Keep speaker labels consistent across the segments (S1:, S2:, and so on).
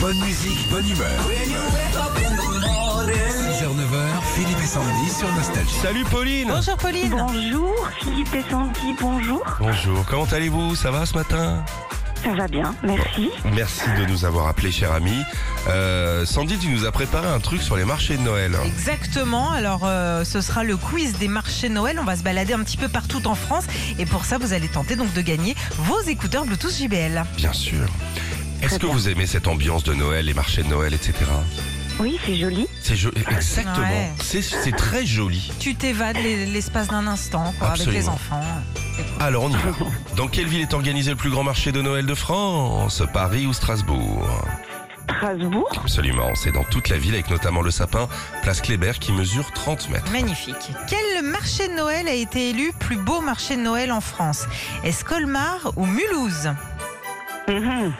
S1: Bonne musique, bonne humeur. 6h-9h, Philippe et Sandy sur Nostalgie.
S2: Salut Pauline
S3: Bonjour Pauline
S4: Bonjour Philippe et Sandy, bonjour.
S2: Bonjour, comment allez-vous Ça va ce matin
S4: Ça va bien, merci.
S2: Merci de nous avoir appelés, cher ami. Euh, Sandy, tu nous as préparé un truc sur les marchés de Noël.
S3: Exactement, alors euh, ce sera le quiz des marchés Noël, on va se balader un petit peu partout en France et pour ça vous allez tenter donc de gagner vos écouteurs Bluetooth JBL.
S2: Bien sûr. Est-ce
S4: Très
S2: que
S4: bien.
S2: vous aimez cette ambiance de Noël, les marchés de Noël, etc.
S4: Oui, c'est joli.
S2: C'est jo- Exactement.
S3: Ouais.
S2: C'est- C'est très joli.
S3: Tu t'évades les- l'espace d'un instant quoi, avec
S2: Absolument.
S3: les enfants.
S2: Alors on y va. Dans quelle ville est organisé le plus grand marché de Noël de France Paris ou Strasbourg
S4: Strasbourg,
S2: Absolument, c'est dans toute la ville avec notamment le sapin, place Kléber qui mesure 30 mètres.
S3: Magnifique. Quel marché de Noël a été élu plus beau marché de Noël en France Est-ce Colmar ou Mulhouse
S4: Mhm.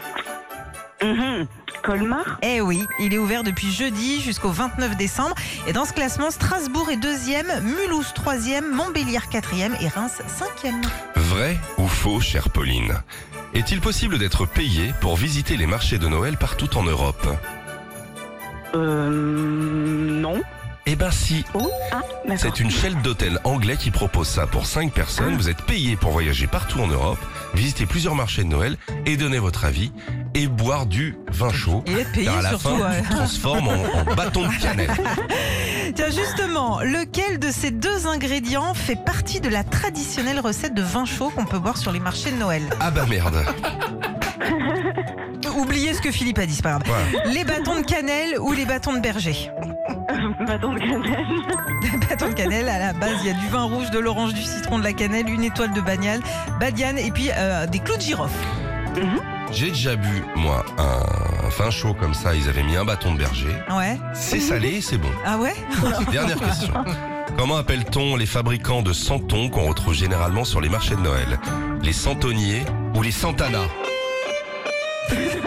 S4: Mhm. Colmar,
S3: Eh oui, il est ouvert depuis jeudi jusqu'au 29 décembre. Et dans ce classement, Strasbourg est deuxième, Mulhouse troisième, Montbéliard quatrième et Reims cinquième.
S2: Vrai ou faux, chère Pauline Est-il possible d'être payé pour visiter les marchés de Noël partout en Europe
S4: euh, non.
S2: Eh ben si
S4: Oh, ah, d'accord.
S2: c'est une chaîne d'hôtel anglais qui propose ça pour 5 personnes. Vous êtes payé pour voyager partout en Europe, visiter plusieurs marchés de Noël et donner votre avis et boire du vin chaud.
S3: Il est payé
S2: Car à la
S3: surtout.
S2: fin,
S3: ouais.
S2: tu te transformes en, en bâton de cannelle.
S3: Tiens, justement, lequel de ces deux ingrédients fait partie de la traditionnelle recette de vin chaud qu'on peut boire sur les marchés de Noël
S2: Ah bah merde.
S3: Oubliez ce que Philippe a dit, c'est pas grave.
S2: Ouais.
S3: Les bâtons de cannelle ou les bâtons de berger
S4: Madame Grenelle.
S3: Les bâtons de cannelle, à la base, il y a du vin rouge, de l'orange, du citron, de la cannelle, une étoile de bagnale, badiane et puis euh, des clous de girofle.
S2: J'ai déjà bu, moi, un vin chaud comme ça. Ils avaient mis un bâton de berger.
S3: Ouais.
S2: C'est salé, c'est bon.
S3: Ah ouais
S2: Dernière question. Comment appelle-t-on les fabricants de santons qu'on retrouve généralement sur les marchés de Noël Les santonniers ou les santanas
S4: C'est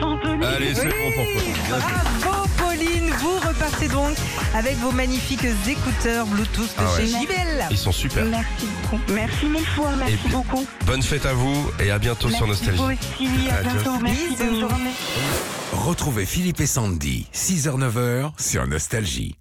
S4: Santoni.
S2: Allez, c'est bon pour toi. Bien joué.
S3: Bravo Pauline, vous repartez donc avec vos magnifiques écouteurs Bluetooth de
S2: Ah ouais.
S3: chez JBL.
S2: Ils sont super.
S4: Merci beaucoup. Merci mille fois, merci
S2: Et-
S4: beaucoup.
S2: Bonne fête à vous et à bientôt sur
S4: merci
S2: Nostalgie.
S4: vous aussi,
S2: Adios.
S4: à bientôt. Merci, bonne
S3: Bisous.
S4: journée.
S1: Retrouvez Philippe et Sandy, 6h-9h sur Nostalgie.